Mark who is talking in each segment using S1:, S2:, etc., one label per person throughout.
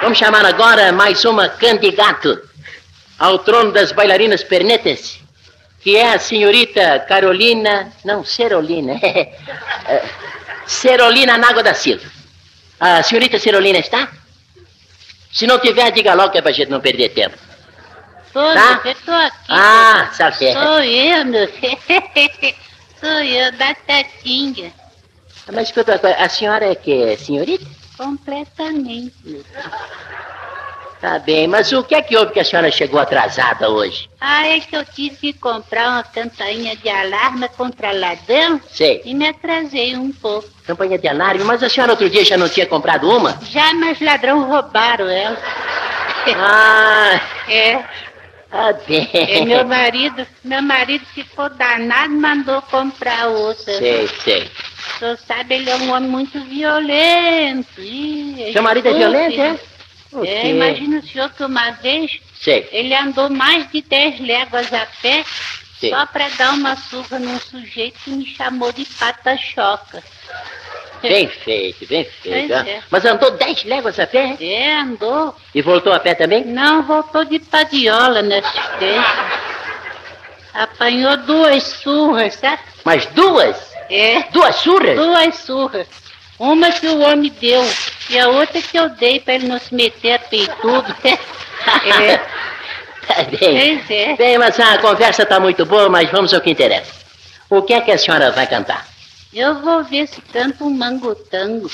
S1: Vamos chamar agora mais uma candidata ao trono das bailarinas pernetas, que é a senhorita Carolina. Não, Cerolina. Cerolina Nágua da Silva. A senhorita Cerolina está? Se não tiver, diga logo que é pra gente não perder tempo.
S2: Sou
S1: Tá?
S2: eu, eu tô aqui.
S1: Ah, sabe.
S2: Sou eu, meu. Sou eu, batatinha.
S1: Mas escuta uma coisa, a senhora é que é senhorita?
S2: Completamente.
S1: Tá bem, mas o que é que houve que a senhora chegou atrasada hoje?
S2: Ah, é que eu tive que comprar uma campainha de alarme contra ladrão
S1: Sei.
S2: e me atrasei um pouco.
S1: Campanha de alarme, mas a senhora outro dia já não tinha comprado uma?
S2: Já, mas ladrão roubaram ela.
S1: Ah,
S2: É,
S1: tá bem.
S2: é meu marido, meu marido ficou danado, mandou comprar outra.
S1: Sei, sei.
S2: O senhor sabe, ele é um homem muito violento. Ih,
S1: Seu marido é
S2: estúpido.
S1: violento, é? Por
S2: É,
S1: quê?
S2: imagina o senhor que uma vez
S1: Sei.
S2: ele andou mais de 10 léguas a pé
S1: Sim.
S2: só para dar uma surra num sujeito que me chamou de pata choca.
S1: Bem feito, bem feito.
S2: Pois
S1: ó.
S2: é.
S1: Mas andou 10 léguas a pé? hein?
S2: É, andou.
S1: E voltou a pé também?
S2: Não, voltou de padiola na assistência. Apanhou duas surras, sabe?
S1: Mas duas?
S2: É,
S1: Duas surras?
S2: duas surras. Uma que o homem deu e a outra que eu dei para ele não se meter a peitudo. É,
S1: Tá bem.
S2: pois é.
S1: Bem, mas a conversa tá muito boa, mas vamos ao que interessa. O que é que a senhora vai cantar?
S2: Eu vou ver se canta um mangotango.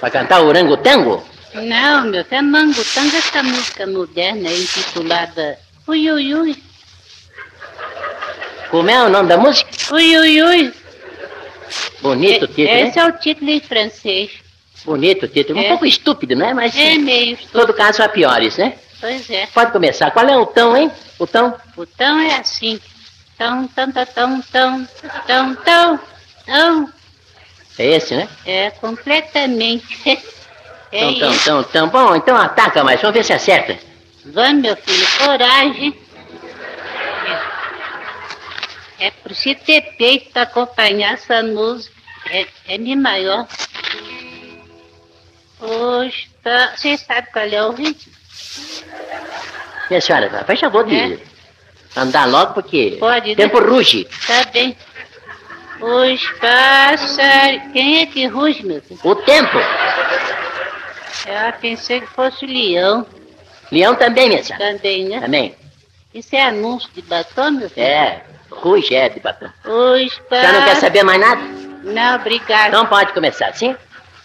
S1: Vai cantar o orangotango?
S2: Não, meu, é mangotanga essa música moderna aí, intitulada Ui Ui Ui.
S1: Como é o nome da música?
S2: Ui Ui Ui.
S1: Bonito o título,
S2: É-
S1: né?
S2: Esse é o título em francês.
S1: Bonito o título. Um
S2: É.
S1: pouco estúpido, não é? Mas,
S2: É
S1: em
S2: meio,
S1: todo caso, há piores, né?
S2: pois é.
S1: Pode começar. Qual é o tom, hein? O tom?
S2: O tão é assim. Tão, tão, tão, tão, tão, tão, tão, tão.
S1: É esse, né?
S2: É completamente. É
S1: Então, então,
S2: isso.
S1: então, então. Bom, então ataca mais. Vamos ver se acerta.
S2: Vamos, meu filho, coragem. É, é preciso ter peito para acompanhar essa música. É, é Mi maior. Hoje tá... Você sabe qual é o ritmo?
S1: Minha senhora, vai- faz favor de
S2: É.
S1: andar logo, porque
S2: Pode, né?
S1: tempo ruge.
S2: Tá bem. Os pássaros... Quem é que ruge, meu filho? É,
S1: O tempo.
S2: Eu pensei que fosse o leão
S1: Leão também, minha senhora.
S2: também, né?
S1: Também.
S2: Isso é anúncio de batom, meu filho?
S1: É, ruge é de batom.
S2: Os
S1: A senhora não quer
S2: pássaros...
S1: saber mais nada?
S2: Não, obrigado.
S1: Então pode começar, sim?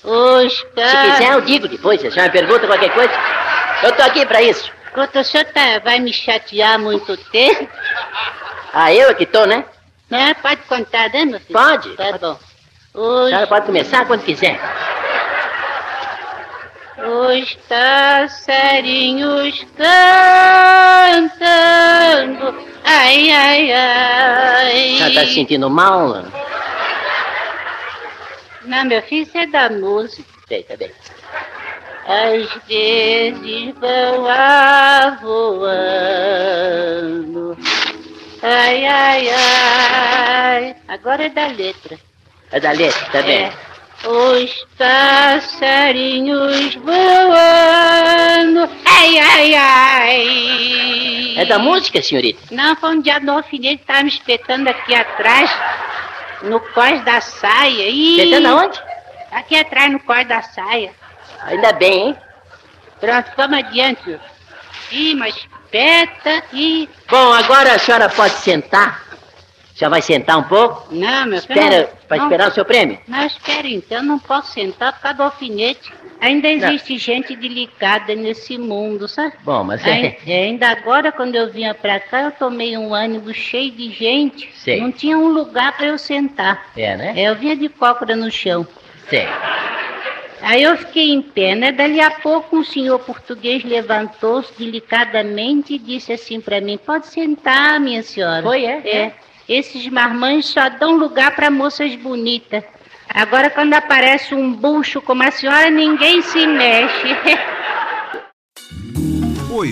S2: Os
S1: Se
S2: pássaros...
S1: quiser, eu digo depois. Se a senhora pergunta qualquer coisa, eu tô aqui pra isso.
S2: Escuta, o senhor tá- vai me chatear muito tempo?
S1: Ah, eu é que tô, né?
S2: Né? Pode contar, né, meu filho?
S1: Pode.
S2: Tá bom.
S1: A
S2: Os,
S1: senhora pode começar quando quiser.
S2: os passarinhos cantando. Ai, ai,
S1: A
S2: ai.
S1: senhora tá se sentindo mal?
S2: Não, meu filho, isso é da música.
S1: Sei, tá bem.
S2: Às vezes vão a voando. Ai, ai, ai. Agora é da letra.
S1: É da letra, tá bem.
S2: É. Os passarinhos voando. Ai, ai, ai.
S1: É da música, senhorita?
S2: Não, foi um dia do alfinete que tava tá me espetando aqui atrás, no cós da saia. Ih,
S1: Você tá na onde?
S2: Aqui atrás no corte da saia.
S1: Ainda bem, hein?
S2: Pronto, vamos adiante. Ih, mas espeta e.
S1: Bom, agora a senhora pode sentar. Já vai sentar um pouco?
S2: Não, meu
S1: Espera,
S2: filho.
S1: para
S2: não-
S1: esperar o seu prêmio?
S2: Não, espera então, não posso sentar por causa do alfinete. Ainda existe gente delicada nesse mundo, sabe?
S1: Bom, mas
S2: Ai-
S1: é.
S2: Ainda agora, quando eu vinha pra cá, eu tomei um ânimo cheio de gente.
S1: Sei.
S2: Não tinha um lugar pra eu sentar.
S1: É, né?
S2: É, Eu vinha de cócora no chão.
S1: Sei.
S2: Aí eu fiquei em pé, né? Dali a pouco um senhor português levantou-se delicadamente e disse assim pra mim: Pode sentar, minha senhora.
S1: Foi, é?
S2: É. Esses marmães só dão lugar pra moças bonitas. Agora, quando aparece um bucho como a senhora, ninguém se mexe.
S3: Oi,